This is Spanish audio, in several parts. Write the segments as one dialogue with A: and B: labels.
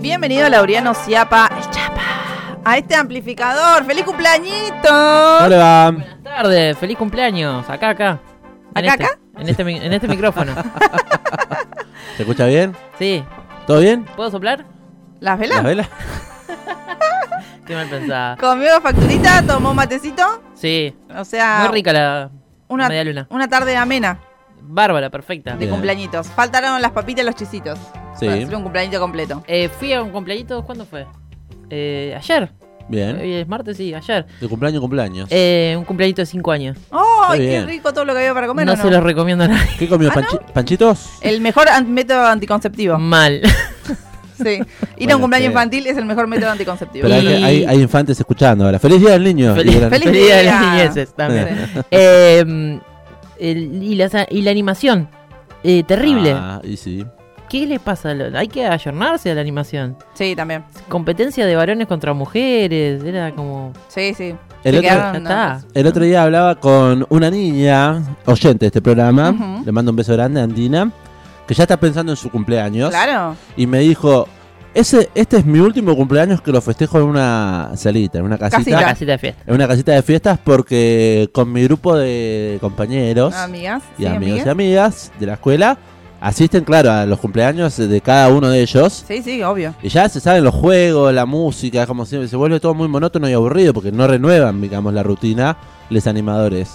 A: Bienvenido, Laureano Ciapa, el Chapa, a este amplificador. ¡Feliz cumpleañito!
B: ¿Cómo le va?
C: Buenas tardes, feliz cumpleaños. Acá, acá. En
A: ¿Acá,
C: este,
A: acá?
C: En este, mi- en este micrófono.
B: ¿Se escucha bien?
C: Sí.
B: ¿Todo bien?
C: ¿Puedo soplar?
A: ¿Las
B: ¿Las
A: velas?
B: velas?
C: Qué mal pensada.
A: Comió facturita, tomó matecito.
C: Sí.
A: O sea,
C: Muy rica la
A: Una,
C: media luna.
A: una tarde amena
C: Bárbara, perfecta.
A: de
B: Bien.
A: cumpleañitos. Faltaron las papitas y los chisitos. Para
B: Sí,
A: hacer un cumpleañito completo.
C: Eh, fui a un cumpleañito, ¿cuándo fue? Eh, ayer.
B: bien.
C: Hoy es martes, sí, ayer.
B: De cumpleaños, cumpleaños.
C: Eh, un cumpleañito de 5 años.
A: ¡Ay,
B: Muy
A: qué
B: bien.
A: rico todo lo que había para comer!
C: no,
A: ¿o no?
C: se los recomiendo a nadie.
B: ¿Qué comió?
A: Ah,
B: Panchi- ¿Panchitos?
A: El mejor an- método anticonceptivo.
C: Mal.
A: Sí. Ir a
B: Bueno,
A: un cumpleaños
B: sí.
A: infantil es el mejor método anticonceptivo.
B: Pero hay,
C: Y-
B: hay- hay infantes escuchando ahora. ¡Feliz Día del Niño!
C: Feliz,
B: Digan-
A: feliz
C: feliz día de
A: día.
C: las niñeces también.
A: Sí.
C: Eh, mm, el- y, la, y la animación. Eh, terrible.
B: Ah, y sí.
C: ¿Qué le pasa? a lo- Hay que ayornarse a la animación.
A: Sí, también.
C: competencia de varones contra mujeres, era como...
A: Sí, sí.
B: El
A: Se
B: otro-
A: quedaron
C: Ya está.
A: antes.
B: El otro día hablaba con una niña, oyente de este programa,
A: Ujú.
B: le mando un beso grande a Andina, que ya está pensando en su cumpleaños.
A: Claro.
B: Y me dijo, Ese, este es mi último cumpleaños que lo festejo en una salita, en una
C: Una
A: Mira. Casita.
C: casita de fiesta.
B: en una casita de fiestas porque con mi grupo de compañeros
A: Amigas.
B: y
A: Ah, sí,
B: amigos
A: amigas.
B: y amigas de la escuela asisten, claro, a los cumpleaños de cada uno de ellos.
A: Sí, sí, obvio.
B: Y ya se saben los juegos, la música, como siempre, se vuelve todo muy monótono y aburrido porque no renuevan, digamos, la rutina los animadores.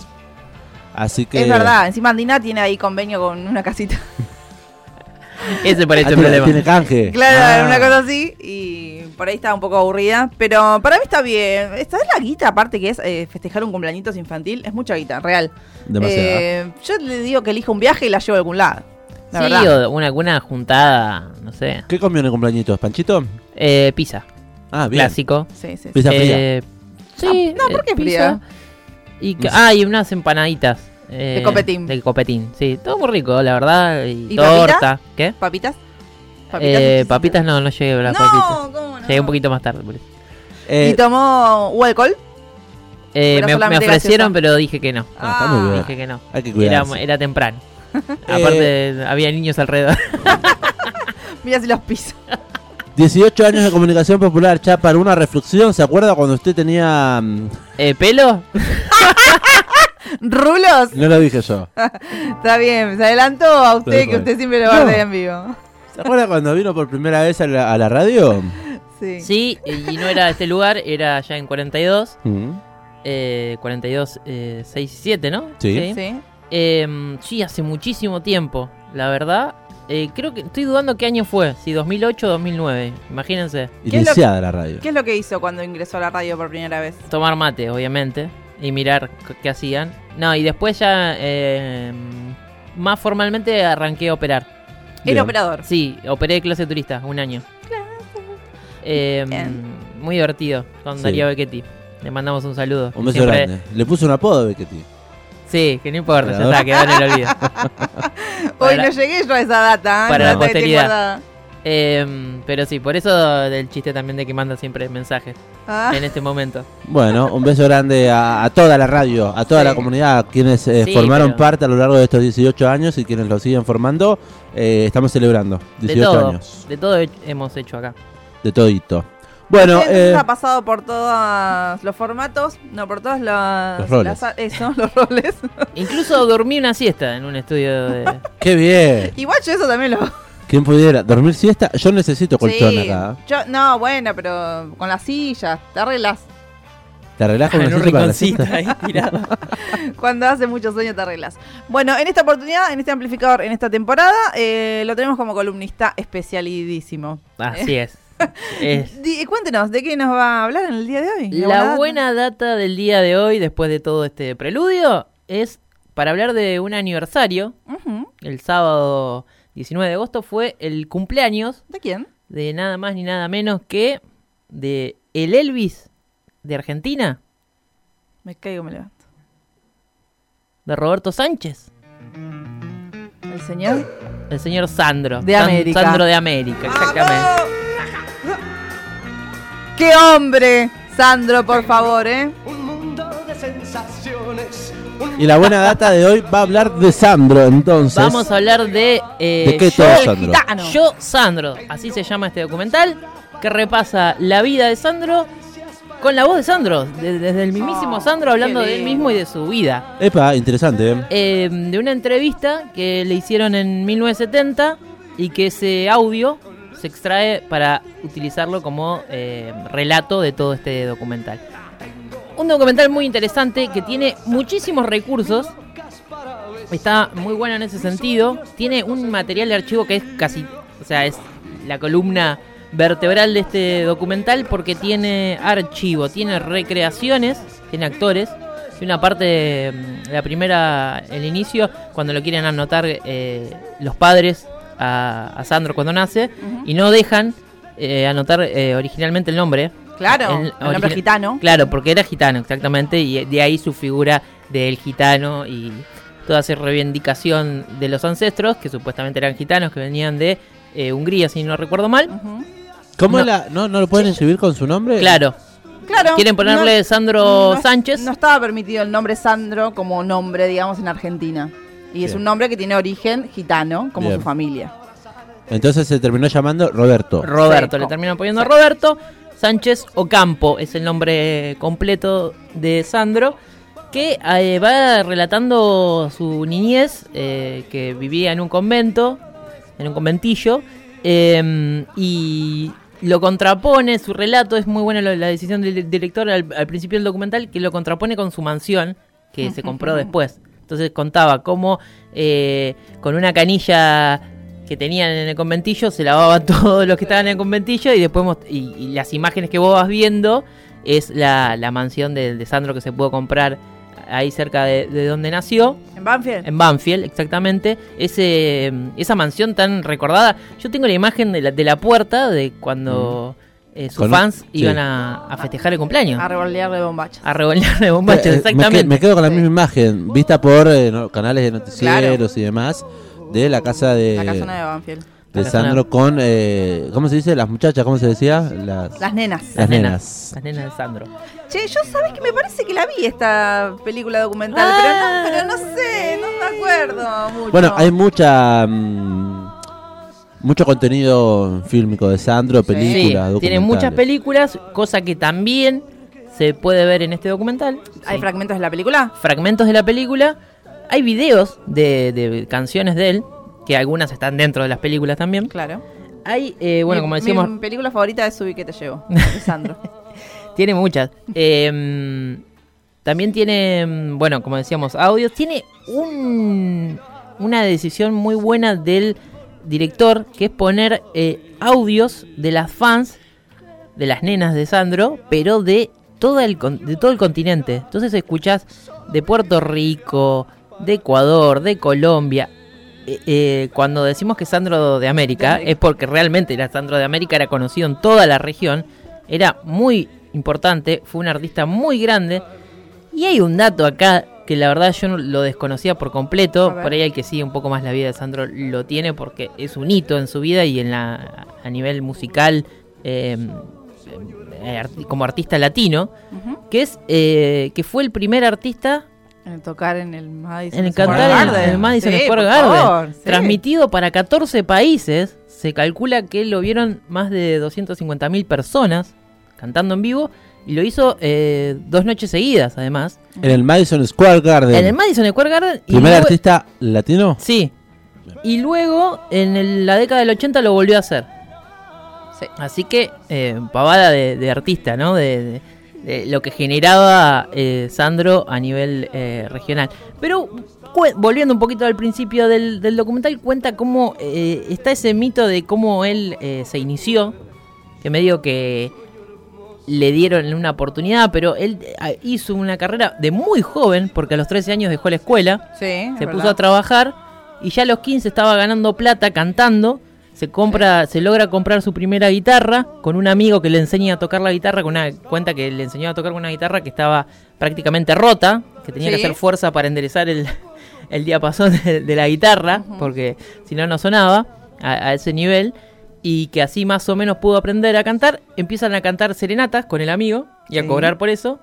B: Así que...
A: Es verdad. Encima Andina tiene ahí convenio con una casita.
C: Ese
B: Ah,
C: parece el
B: tiene-
C: Este problema.
B: Tiene canje.
A: Claro,
B: Ah.
A: era una cosa así. Y por ahí estaba un poco aburrida. Pero para mí está bien. Esta es la guita, aparte que es eh, festejar un cumpleañitos infantil. Es mucha guita, real.
B: Demasiado.
A: Eh, yo le digo que elija un viaje y la llevo a algún lado. La
C: sí,
A: verdad.
C: o una, una juntada, no sé.
B: ¿Qué comió en el cumpleañito? ¿Panchito?
C: Eh, pizza,
B: Ah, bien.
C: clásico.
A: Sí, sí. sí.
B: Pizza fría.
C: Eh, sí,
A: Ah, No, no, ¿por qué
C: eh, pizza. Y, que-
B: Mm.
C: ah, y unas empanaditas. eh,
A: De copetín.
C: De copetín, sí. Todo muy rico, la verdad. Y,
A: ¿Y
C: torta. ¿Qué?
A: ¿Papitas?
C: Eh,
A: muchísimas.
C: papitas no, no llegué a las papitas.
A: No, ¿cómo no?
C: Llegué un poquito más tarde. por eso.
B: Eh,
A: ¿Y tomó hubo alcohol?
C: Eh,
A: Pero
C: me, me
A: solamente gaseosa.
C: ofrecieron, pero dije que no.
B: ah, está muy bien.
C: Dije que no.
B: hay que
C: Era,
B: cuidarse.
C: era temprano. Aparte, había niños alrededor.
A: Mira si los pisos.
B: 18 años de comunicación popular, ya para una reflexión, ¿se acuerda cuando usted tenía... mm,
C: Eh, ¿Pelo?
A: ¿Rulos?
B: No lo dije yo.
A: Está bien, se adelantó a usted
B: Tal
A: que
B: cual.
A: usted siempre lo
B: No.
A: va a ver en vivo.
B: ¿Se acuerda cuando vino por primera vez a la, a la radio?
A: Sí.
C: Sí, y no era este lugar, era allá en 42,
B: Mm.
C: eh, 42, eh, 6 y 7, ¿no?
B: Sí.
A: Sí.
C: Em, sí, hace muchísimo tiempo, la verdad. Eh, creo que estoy dudando qué año fue, si 2008 o 2009, imagínense.
A: ¿Qué es lo-
B: Iniciada la radio.
A: ¿Qué es lo que hizo cuando ingresó a la radio por primera vez?
C: Tomar mate, obviamente, y mirar c- qué hacían. No, y después ya, em, más formalmente, arranqué a operar.
B: Bien.
A: Era operador.
C: Sí, operé de clase turista, un año. Em,
A: Bien.
C: muy divertido, con
B: Sí.
C: Darío Becchetti. Le mandamos un saludo.
B: Un beso
C: Siempre-
B: grande. Le puso un apodo, Bequetti.
C: Sí, que no importa, ya
B: Operador.
C: está, quedó en el olvido.
A: Hoy
C: Para-
A: no llegué yo a esa data. ¿eh?
C: para
A: Data
B: la
A: que tengo
C: posteridad.
A: guardada.
C: Em, pero sí, por eso el chiste también de que manda siempre mensajes
A: Ah,
C: en este momento.
B: Bueno, un beso grande a, a toda la radio, a toda
A: Sí.
B: la comunidad, a quienes eh,
C: Sí,
B: formaron
C: pero-
B: parte a lo largo de estos 18 años y quienes lo siguen formando. eh, estamos celebrando
C: De
B: 18
C: todo,
B: años.
C: de todo he- hemos hecho acá.
B: De todito. Bueno,
A: usted
B: eh,
A: ha pasado por todos los formatos, no por todas las.
B: Los roles.
A: las- eso, los roles.
C: Incluso dormí una siesta en un estudio de...
B: qué bien.
A: Igual yo eso también lo.
B: ¿Quién pudiera dormir siesta? Yo necesito colchón
A: Sí.
B: acá.
A: Yo, no, bueno, pero con las sillas, te arreglas.
B: Te relajas una
C: en un
B: siesta para la
C: rinconcito ahí tirado.
A: Cuando hace mucho sueño te arreglas. Bueno, en esta oportunidad, en este amplificador, en esta temporada, eh, lo tenemos como columnista especialidísimo.
C: Así es. Es
A: Di- cuéntenos, ¿de qué nos va a hablar en el día de hoy?
C: La buena data del día de hoy, después de todo este preludio, es para hablar de un aniversario.
A: Ujú.
C: El sábado 19 de agosto fue el cumpleaños
A: ¿De quién?
C: de nada más ni nada menos que de el Elvis de Argentina,
A: Me caigo, me levanto.
C: de Roberto Sánchez,
A: ¿El señor?
C: el señor Sandro.
A: De América.
C: Sandro de América, exactamente.
A: ¡Vamos! ¡Ah, ¡Qué hombre! Sandro, por favor, ¿eh?
D: Un mundo de sensaciones.
B: Y la buena data de hoy va a hablar de Sandro, entonces.
C: Vamos a hablar de, eh,
B: ¿De qué
C: Yo-
B: todo, Sandro?
A: gitano.
C: Yo Sandro, así se llama este documental, que repasa la vida de Sandro con la voz de Sandro, de- desde el mismísimo
A: Oh,
C: Sandro hablando
A: qué
C: de él
A: lindo.
C: mismo y de su vida.
B: Epa, interesante. ¿eh?
C: Eh, de una entrevista que le hicieron en 1970 y que ese audio se extrae para utilizarlo como eh, relato de todo este documental. Un documental muy interesante que tiene muchísimos recursos. Está muy bueno en ese sentido. Tiene un material de archivo que es casi, o sea, es la columna vertebral de este documental porque tiene archivo, tiene recreaciones, tiene actores. Y una parte, mm, la primera, el inicio, cuando lo quieren anotar eh, los padres a, a Sandro cuando nace y no dejan eh, anotar eh, originalmente el nombre.
A: Claro, el nombre
C: origina-
A: gitano.
C: Claro, porque era gitano, exactamente, y de ahí su figura del gitano y toda esa reivindicación de los ancestros, que supuestamente eran gitanos, que venían de eh, Hungría, si no recuerdo mal.
A: Ujú.
B: ¿Cómo
C: No.
B: es la.? ¿No, ¿No lo pueden escribir con su nombre?
C: Claro,
A: Claro.
C: quieren ponerle
A: no-
C: Sandro
A: no-
C: Sánchez.
A: No estaba permitido el nombre Sandro como nombre, digamos, en Argentina. Y es
B: Bien.
A: un nombre que tiene origen gitano, como
B: Bien.
A: su familia.
B: Entonces se terminó llamando Roberto.
C: Roberto,
A: Sí,
C: le
A: co-
C: terminan poniendo
A: sí.
C: Roberto. Sánchez Ocampo es el nombre eh, completo de Sandro, que eh, va relatando su niñez, eh, que vivía en un convento, en un conventillo, eh, y lo contrapone, su relato, es muy buena lo- la decisión del director al, al principio del documental, que lo contrapone con su mansión, que se compró después. Entonces contaba cómo eh, con una canilla que tenían en el conventillo se lavaban todos los que estaban en el conventillo y después mos- y, y las imágenes que vos vas viendo es la, la mansión de, de Sandro que se pudo comprar ahí cerca de, de donde nació.
A: En Banfield.
C: En Banfield, exactamente. Ese, esa mansión tan recordada. Yo tengo la imagen de la, de la puerta de cuando eh, sus
B: Mm. Con-
C: fans
B: sí.
C: iban a, a festejar el cumpleaños.
A: A revolear de bombachas.
C: A revolear de
B: Eh,
C: bombachas,
B: eh, me, que-
C: exactamente.
B: me quedo con la
A: Sí.
B: misma imagen, vista por eh, no- canales de noticieros y demás, de la casa
C: Eh,
B: de,
A: la casona de Banfield.
B: de
C: La
B: Sandro con, eh, ¿cómo se dice? Las muchachas, ¿cómo se decía? Las,
A: Las nenas.
B: las nenas.
C: Las nenas de Sandro.
A: Che, yo sabes que me parece que la vi esta película documental,
C: Ah.
A: pero, no, pero no sé, no me acuerdo mucho.
B: Bueno, hay mucha... mm, mucho contenido fílmico de Sandro, películas,
C: Sí, tiene
B: documentales.
C: muchas películas, cosa que también se puede ver en este documental.
A: ¿Hay
C: Sí.
A: fragmentos de la película?
C: fragmentos de la película. Hay videos de, de canciones de él, que algunas están dentro de las películas también.
A: Claro.
C: Hay, eh, bueno,
A: Mi-
C: como decíamos,
A: Mi película favorita es Subí que te llevo, de Sandro.
C: tiene muchas. Eh, también tiene, mm, bueno, como decíamos, audios. Tiene un, una decisión muy buena del director, que es poner eh, audios de las fans, de las nenas de Sandro, pero de todo el, con- de todo el continente. Entonces escuchás de Puerto Rico, de Ecuador, de Colombia. Eh, eh, cuando decimos que Sandro de América,
A: De América.
C: es porque realmente era Sandro de América, era conocido en toda la región, era muy importante, fue un artista muy grande. Y hay un dato acá que la verdad yo no- lo desconocía por
A: A
C: completo,
A: ver.
C: por ahí el que sigue un poco más la vida de Sandro lo tiene porque es un hito en su vida y en la, a nivel musical eh, eh, arti- como artista latino,
A: Ujú.
C: que es eh, que fue el primer artista
A: En el tocar en el Madison
C: en el
A: Square
C: cantar en-
A: Garden.
C: en el Madison
A: Sí,
C: Square
A: por
C: Garden,
A: favor, sí.
C: transmitido para 14 países, se calcula que lo vieron más de 250.000 personas cantando en vivo y lo hizo eh, dos noches seguidas además
B: En el Madison Square Garden.
C: en el Madison Square Garden y
B: ¿Primer
C: luego-
B: artista latino?
C: Sí. Y luego, en el- la década del 80 lo volvió a hacer.
A: Sí.
C: Así que, eh, pavada de, de artista, ¿no? De, de- de lo que generaba eh, Sandro a nivel eh, regional. Pero, cu- volviendo un poquito al principio del, del documental, cuenta cómo eh, está ese mito de cómo él eh, se inició. Que me digo que le dieron una oportunidad, pero él eh, hizo una carrera de muy joven, porque a los 13 años dejó la escuela.
A: Sí, es
C: Se puso
A: ¿eh? verdad.
C: a trabajar y ya a los 15 estaba ganando plata cantando. Se compra, se logra comprar su primera guitarra con un amigo que le enseña a tocar la guitarra, con una cuenta que le enseñó a tocar con una guitarra que estaba prácticamente rota, que tenía que
A: Sí.
C: hacer fuerza para enderezar el, el diapasón de, de la guitarra, porque si no no sonaba a, a ese nivel, y que así más o menos pudo aprender a cantar. Empiezan a cantar serenatas con el amigo y a
A: Sí.
C: cobrar por eso.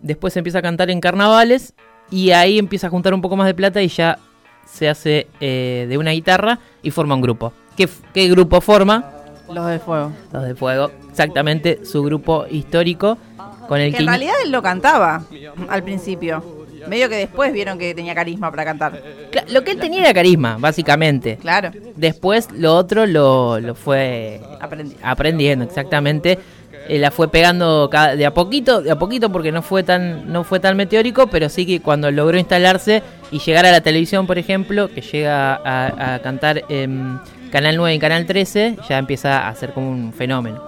C: Después empieza a cantar en carnavales y ahí empieza a juntar un poco más de plata y ya se hace eh, de una guitarra y forma un grupo. ¿Qué, f- qué grupo forma?
A: Los de fuego.
C: Los de Fuego, exactamente su grupo histórico con el
A: Que en realidad él lo cantaba al principio. Medio que después vieron que tenía carisma para cantar.
C: Cla- Lo que él tenía era carisma, básicamente.
A: Claro.
C: Después lo otro lo, lo fue
A: Aprendí.
C: aprendiendo, exactamente. Eh, la fue pegando cada- de a poquito, de a poquito porque no fue tan no fue tan meteórico, pero sí que cuando logró instalarse y llegar a la televisión, por ejemplo, que llega a, a cantar en Canal 9 y Canal 13, ya empieza a ser como un fenómeno.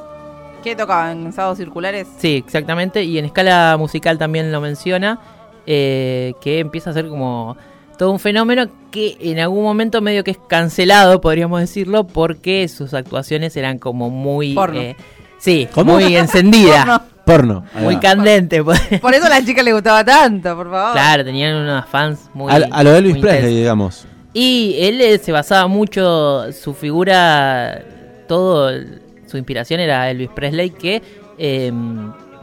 A: ¿Qué tocaban? ¿Sábados circulares?
C: Sí, exactamente. Y en escala musical también lo menciona, eh, que empieza a ser como todo un fenómeno que en algún momento medio que es cancelado, podríamos decirlo, porque sus actuaciones eran como muy...
A: Porno.
C: eh, sí,
B: ¿Cómo?
C: muy encendida,
A: Porno.
B: Porno. Ahí
C: muy
B: va.
C: candente. pues.
A: Por eso a la chica le gustaba tanto, por favor.
C: claro, tenían unos fans muy...
B: Al- a, lo de Elvis
C: muy
B: Presley,
C: intensos.
B: digamos.
C: Y él eh, se basaba mucho, su figura, todo, el- su inspiración era Elvis Presley, que eh,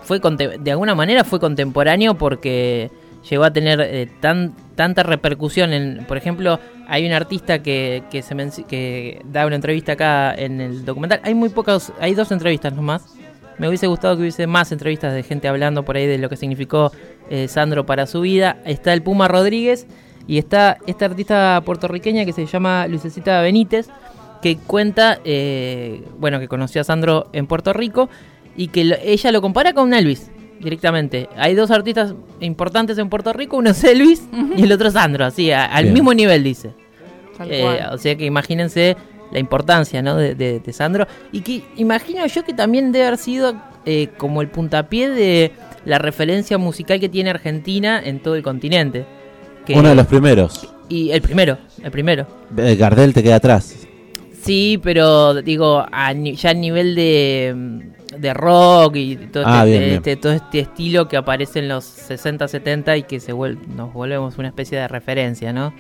C: fue conte- de alguna manera fue contemporáneo porque llegó a tener eh, tan, tanta repercusión. En, por ejemplo, hay un artista que, que, se menci- que da una entrevista acá en el documental. Hay muy pocas, hay dos entrevistas nomás. Me hubiese gustado que hubiese más entrevistas de gente hablando por ahí de lo que significó eh, Sandro para su vida. Está el Puma Rodríguez y está esta artista puertorriqueña que se llama Lucecita Benítez, que cuenta, eh, bueno, que conoció a Sandro en Puerto Rico y que lo- ella lo compara con Elvis directamente. Hay dos artistas importantes en Puerto Rico, uno es Elvis y el otro es Sandro, así, a- al
B: Bien.
C: mismo nivel dice.
A: Tal
C: Eh,
A: cual.
C: o sea que imagínense la importancia ¿no? de, de- de Sandro. Y que imagino yo que también debe haber sido eh, como el puntapié de la referencia musical que tiene Argentina en todo el continente. Que-
B: Uno de los primeros.
C: Y el primero, el primero.
B: Eh, Gardel te queda atrás.
C: Sí, pero digo, a ni- ya a nivel de, mm, de rock y todo,
B: Ah,
C: este,
B: bien, bien.
C: este- todo este estilo que aparece en los 60, 70 y que se vuel- nos volvemos una especie de referencia, ¿no?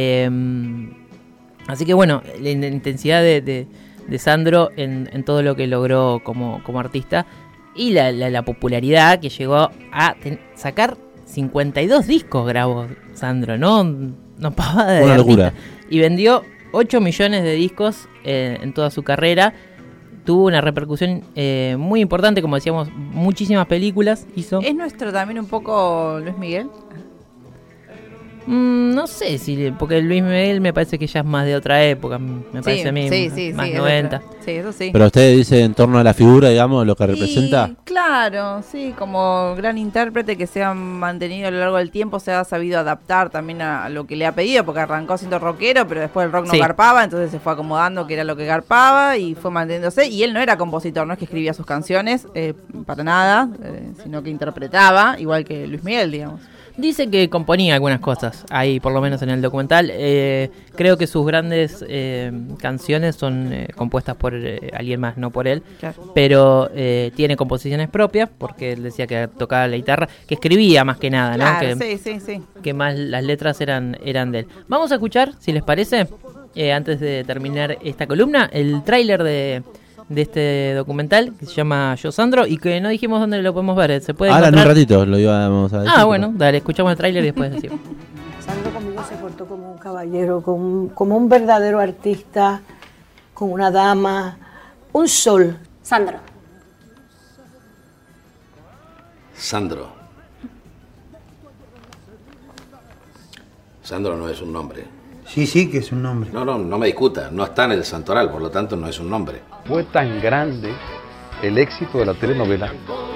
C: Em, así que bueno, la in- intensidad de, de- de Sandro en, en todo lo que logró como, como artista y la, la- la popularidad que llegó a ten- sacar 52 discos grabó Sandro, ¿no? No pavada de
B: Una locura.
C: artista y vendió 8 millones de discos eh, en toda su carrera. Tuvo una repercusión eh, muy importante, como decíamos, muchísimas películas hizo.
A: ¿Es nuestro también un poco Luis Miguel?
C: Mm, no sé si, le- porque Luis Miguel me parece que ya es más de otra época, m- me parece a mí,
A: sí,
C: más,
A: sí,
C: más
A: sí, es
C: 90.
A: nuestro. Sí, eso sí.
B: Pero usted dice en torno a la figura, digamos, lo que
A: Y,
B: representa.
A: claro, sí, como gran intérprete que se ha mantenido a lo largo del tiempo, se ha sabido adaptar también a a lo que le ha pedido, porque arrancó siendo rockero, pero después el rock no
C: Sí.
A: garpaba, entonces se fue acomodando que era lo que garpaba y fue manteniéndose. Y él no era compositor, no es que escribía sus canciones eh, para nada, eh, sino que interpretaba, igual que Luis Miguel, digamos.
C: Dice que componía algunas cosas, ahí por lo menos en el documental. Eh, creo que sus grandes eh, canciones son eh, compuestas por eh, alguien más, no por él. pero eh, tiene composiciones propias, porque él decía que tocaba la guitarra, que escribía más que nada, ¿no?
A: Claro, sí,
C: Que,
A: sí, sí.
C: que más las letras eran, eran de él. Vamos a escuchar, si les parece, eh, antes de terminar esta columna, el tráiler de, de este documental que se llama Yo Sandro y que no dijimos dónde lo podemos ver. eh, Se puede
B: Ahora en un
C: encontrar-
B: ratito lo íbamos a decir.
C: Ah, bueno, dale, escuchamos el tráiler y después decimos.
E: Sandro conmigo se portó como un caballero, como un, como un verdadero artista, como una dama, un sol.
F: Sandro,
G: Sandro. Sandro no es un nombre.
H: Sí, sí, que es un nombre.
G: No, no, no me discuta. No está en el santoral, por lo tanto no es un nombre.
I: Fue tan grande el éxito de la telenovela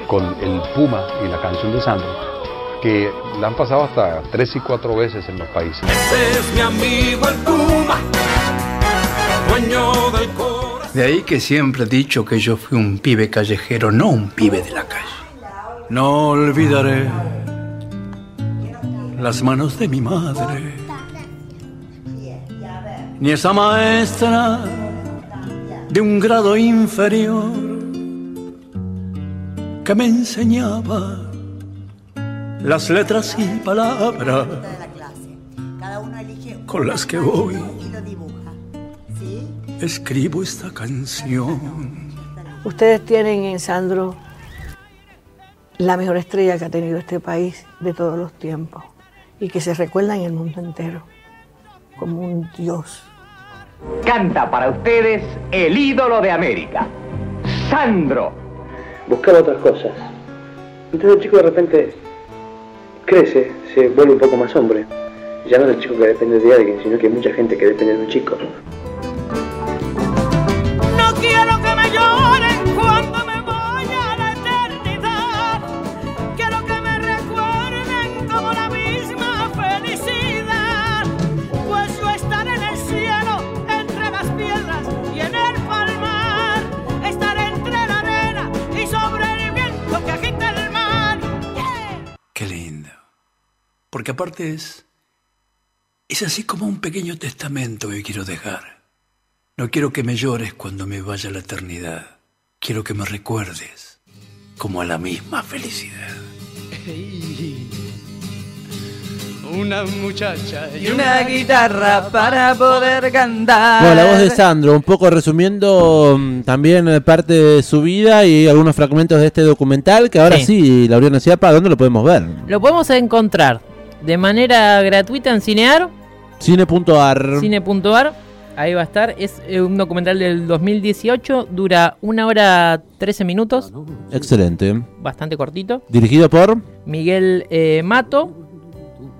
I: con el Puma y la canción de Sandro que la han pasado hasta tres y cuatro veces en los países.
H: De ahí que siempre he dicho que yo fui un pibe callejero, no un pibe de la calle. No olvidaré las manos de mi madre. Ni esa maestra de un grado inferior que me enseñaba las letras y palabras con las que voy escribo esta canción.
E: Ustedes tienen en Sandro la mejor estrella que ha tenido este país de todos los tiempos y que se recuerda en el mundo entero como un dios,
F: Canta para ustedes el ídolo de América, Sandro.
J: buscaba otras cosas. Entonces el chico de repente crece, se vuelve un poco más hombre. Ya no es el chico que depende de alguien, sino que hay mucha gente que depende de un chico.
K: No quiero que me lloren cuando me voy a la eternidad. Quiero que me recuerden como la misma felicidad. Pues yo estaré en el cielo, entre las piedras y en el palmar. Estaré entre la arena y sobre el viento que agita el mar.
H: Qué lindo. Porque aparte es. Es así como un pequeño testamento que quiero dejar. No quiero que me llores cuando me vaya a la eternidad. Quiero que me recuerdes como a la misma felicidad.
D: Una muchacha
A: Y una guitarra para poder cantar.
B: Bueno, la voz de Sandro, un poco resumiendo mm, también eh, parte de su vida y algunos fragmentos de este documental que ahora sí,
C: Sí.
B: Lauriano Ciapa, ¿dónde lo podemos ver?
C: Lo podemos encontrar de manera gratuita en Cinear,
B: Cine.ar.
C: cine.ar. Ahí va a estar. Es eh, un documental del 2018. Dura una hora 13 minutos.
B: Excelente.
C: Bastante cortito.
B: Dirigido por.
C: Miguel eh, Mato.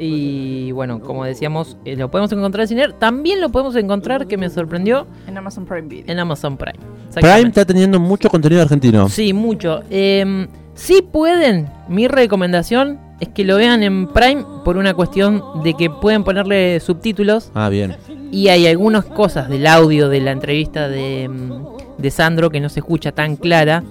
C: Y bueno, como decíamos, eh, lo podemos encontrar en Cinear. También lo podemos encontrar, que me sorprendió,
A: En Amazon Prime Video.
C: en Amazon Prime.
B: Prime está teniendo mucho contenido argentino.
C: Sí, mucho. Eh, si pueden, mi recomendación es que lo vean en Prime por una cuestión de que pueden ponerle subtítulos
B: Ah, bien.
C: y hay algunas cosas del audio de la entrevista de, mm, de Sandro que no se escucha tan clara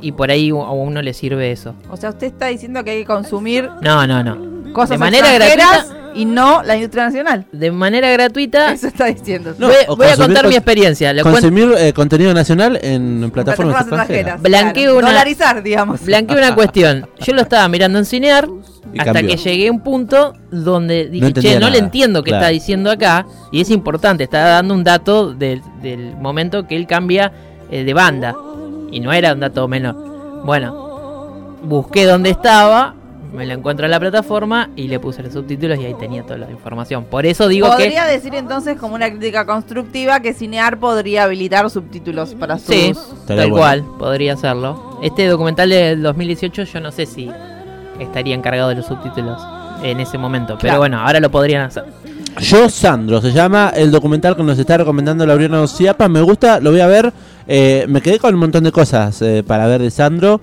C: y por ahí u- a uno le sirve eso.
A: O sea, usted está diciendo que hay que consumir
C: No, no, no.
A: cosas
C: de manera
A: extranjeras
C: gratuita.
A: y no la industria nacional.
C: De manera gratuita.
A: Eso está diciendo.
B: No,
C: voy
B: o
C: voy a
B: consumir
C: contar
B: con-
C: mi experiencia. Le cuento-
B: Consumir eh, contenido nacional en plataformas, extranjeras.
C: Blanqueo una-
A: Dolarizar, digamos.
C: Blanqueé una cuestión. Yo lo estaba mirando en cinear
B: Y
C: hasta
B: cambió.
C: que llegué a un punto donde dije,
B: entendía
C: che, no
B: nada".
C: le entiendo qué
B: Claro.
C: está diciendo acá. Y es importante, está dando un dato del, del momento que él cambia eh, de banda. Y no era un dato menor. Bueno, busqué dónde estaba, me lo encuentro en la plataforma y le puse los subtítulos y ahí tenía toda la información. Por eso digo
A: podría
C: que...
A: decir entonces como una crítica constructiva que Cinear podría habilitar subtítulos para sus...
C: Sí,
B: Estaría
C: tal
B: bueno.
C: cual, podría hacerlo. Este documental del 2018 yo no sé si estaría encargado de los subtítulos en ese momento, pero
A: Claro.
C: bueno, ahora lo podrían hacer.
B: Yo Sandro, se llama el documental que nos está recomendando Lauriano Ciapa. Me gusta, lo voy a ver. Eh, me quedé con un montón de cosas eh, para ver de Sandro.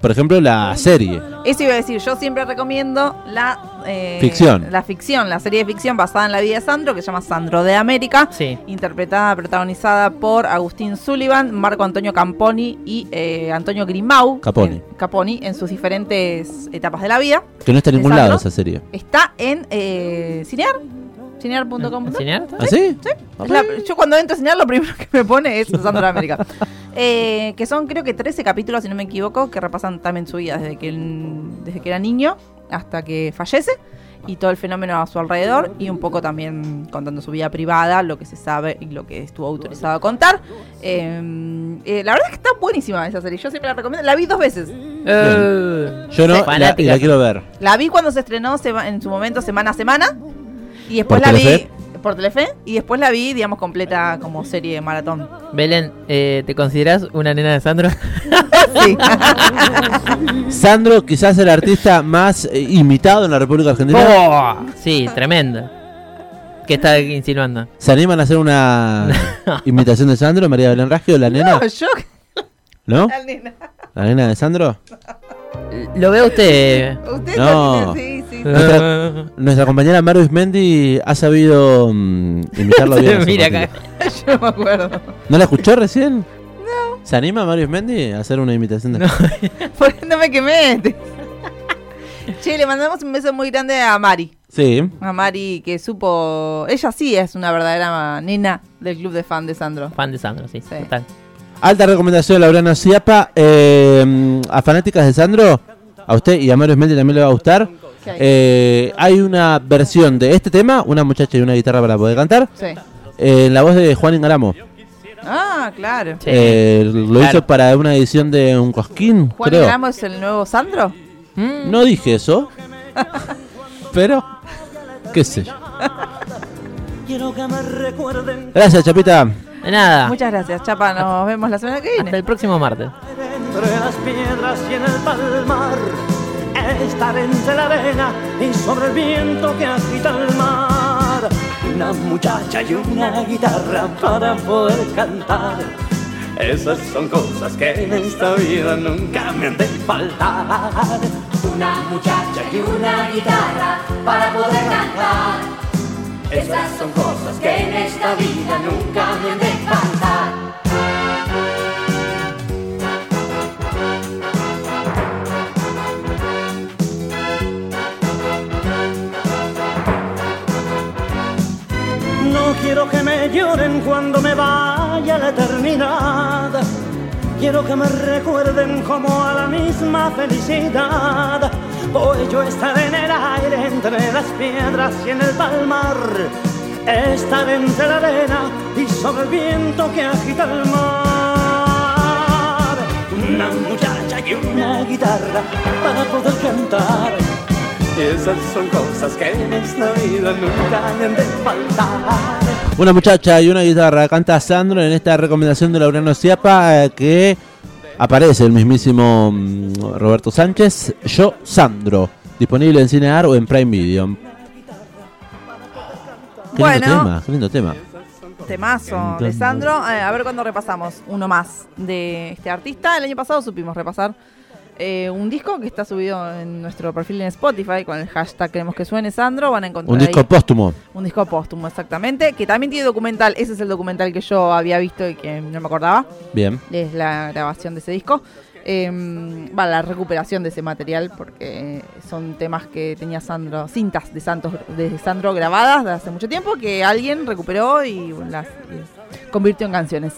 B: Por ejemplo, la serie.
A: Eso iba a decir, yo siempre recomiendo la... eh,
B: Ficción.
A: La ficción, la serie de ficción basada en la vida de Sandro, que se llama Sandro de América.
C: Sí.
A: Interpretada, protagonizada por Agustín Sullivan, Marco Antonio Camponi y eh, Antonio Grimau.
B: Caponi.
A: en- Caponi, en sus diferentes etapas de la vida.
B: Que no está en ningún
A: ¿De
B: lado
A: Sandro?
B: esa serie.
A: Está en eh, Cinear. Cinear.com.
C: ¿En Cinear está?
B: ¿Ah, sí?
A: Es la-
B: Mm.
A: yo cuando entro a Cinear lo primero que me pone es Sandro de América. Eh, que son creo que 13 capítulos, si no me equivoco, que repasan también su vida desde que, él- desde que era niño hasta que fallece y todo el fenómeno a su alrededor y un poco también contando su vida privada, lo que se sabe y lo que estuvo autorizado a contar. Eh, eh, la verdad es que está buenísima esa serie, yo siempre la recomiendo. La vi dos veces.
C: Eh,
B: Yo no, la- y
C: fanática.
B: la quiero ver.
A: La vi cuando se estrenó sema- en su momento semana a semana. Y después la
B: ¿Por Telefe?
A: vi por Telefe. Y después la vi, digamos, completa como serie de maratón.
C: Belén, eh, ¿te considerás una nena de Sandro?
A: Sí.
B: Sandro, quizás el artista más eh, imitado en la República Argentina.
C: sí, tremendo. ¿Qué está insinuando?
B: ¿Se animan a hacer una imitación de Sandro, María Belén Raggio, la nena?
A: Yo,
B: ¿No?
A: la nena.
B: ¿La nena de Sandro?
C: Lo veo usted.
A: Usted
B: No.
A: también, sí, sí.
B: Nuestra, nuestra compañera Maru Mendy ha sabido mm, imitarlo bien. a su
C: Mira
B: estilo.
C: acá.
A: Yo me acuerdo.
B: ¿No la escuchó recién? No. ¿Se anima Mario Mendy a hacer una imitación de
A: ¿Por qué no me quemé? Che, le mandamos un beso muy grande a Mari.
B: Sí.
A: A Mari que supo. Ella sí es una verdadera nena del club de fan de Sandro.
C: Fan de Sandro, sí.
A: Sí.
C: total.
B: Alta recomendación de Laureano Ciapa. eh, a fanáticas de Sandro, a usted y a Mario Mendy también le va a gustar. Eh, hay una versión de este tema, una muchacha y una guitarra para poder cantar,
A: Sí.
B: eh, en la voz de Juan Ingaramo.
A: Ah, claro.
C: Sí.
B: Eh, lo
C: claro.
B: hizo para una edición de un cosquín,
A: ¿Juan
B: creo.
A: Gramo es el nuevo Sandro?
C: Mm,
B: No dije eso. pero. qué sé yo.
H: Quiero que me recuerden
B: Gracias, Chapita.
C: De nada.
A: Muchas gracias, Chapa. Nos vemos la semana que viene. Hasta
C: el próximo martes.
H: entre las piedras y en el palmar. Estar entre la arena y sobre el viento que agita el mar. Una muchacha y una guitarra para poder cantar. Esas son cosas que en esta vida nunca me han de faltar. Una muchacha y una guitarra para poder cantar. Esas son cosas que en esta vida nunca me han de faltar. No quiero que me lloren cuando me vaya la eternidad. Quiero que me recuerden como a la misma felicidad. Hoy yo estaré en el aire, entre las piedras y en el palmar. Estaré entre la arena y sobre el viento que agita el mar. Una muchacha y una guitarra para poder cantar. Esas son cosas que en esta vida nunca han de faltar.
B: Una muchacha y una guitarra canta Sandro en esta recomendación de Laureano Ciapa eh, que aparece el mismísimo mm, Roberto Sánchez. Yo, Sandro. Disponible en Cinear o en Prime Video. Qué
A: Bueno.
B: lindo tema, qué lindo tema.
A: Temazo,
B: Entonces-
A: Alessandro. Eh, a ver cuándo repasamos uno más de este artista. El año pasado supimos repasar eh, un disco que está subido en nuestro perfil en Spotify con el hashtag queremos que suene Sandro. Van a encontrar
B: Un
A: ahí
B: disco póstumo.
A: un disco póstumo, exactamente. Que también tiene documental. Ese es el documental que yo había visto y que no me acordaba.
B: Bien.
A: Es la grabación de ese disco. Eh, va, la recuperación de ese material, porque son temas que tenía Sandro, cintas de, Santos, de Sandro grabadas de hace mucho tiempo, que alguien recuperó y las y las convirtió en canciones.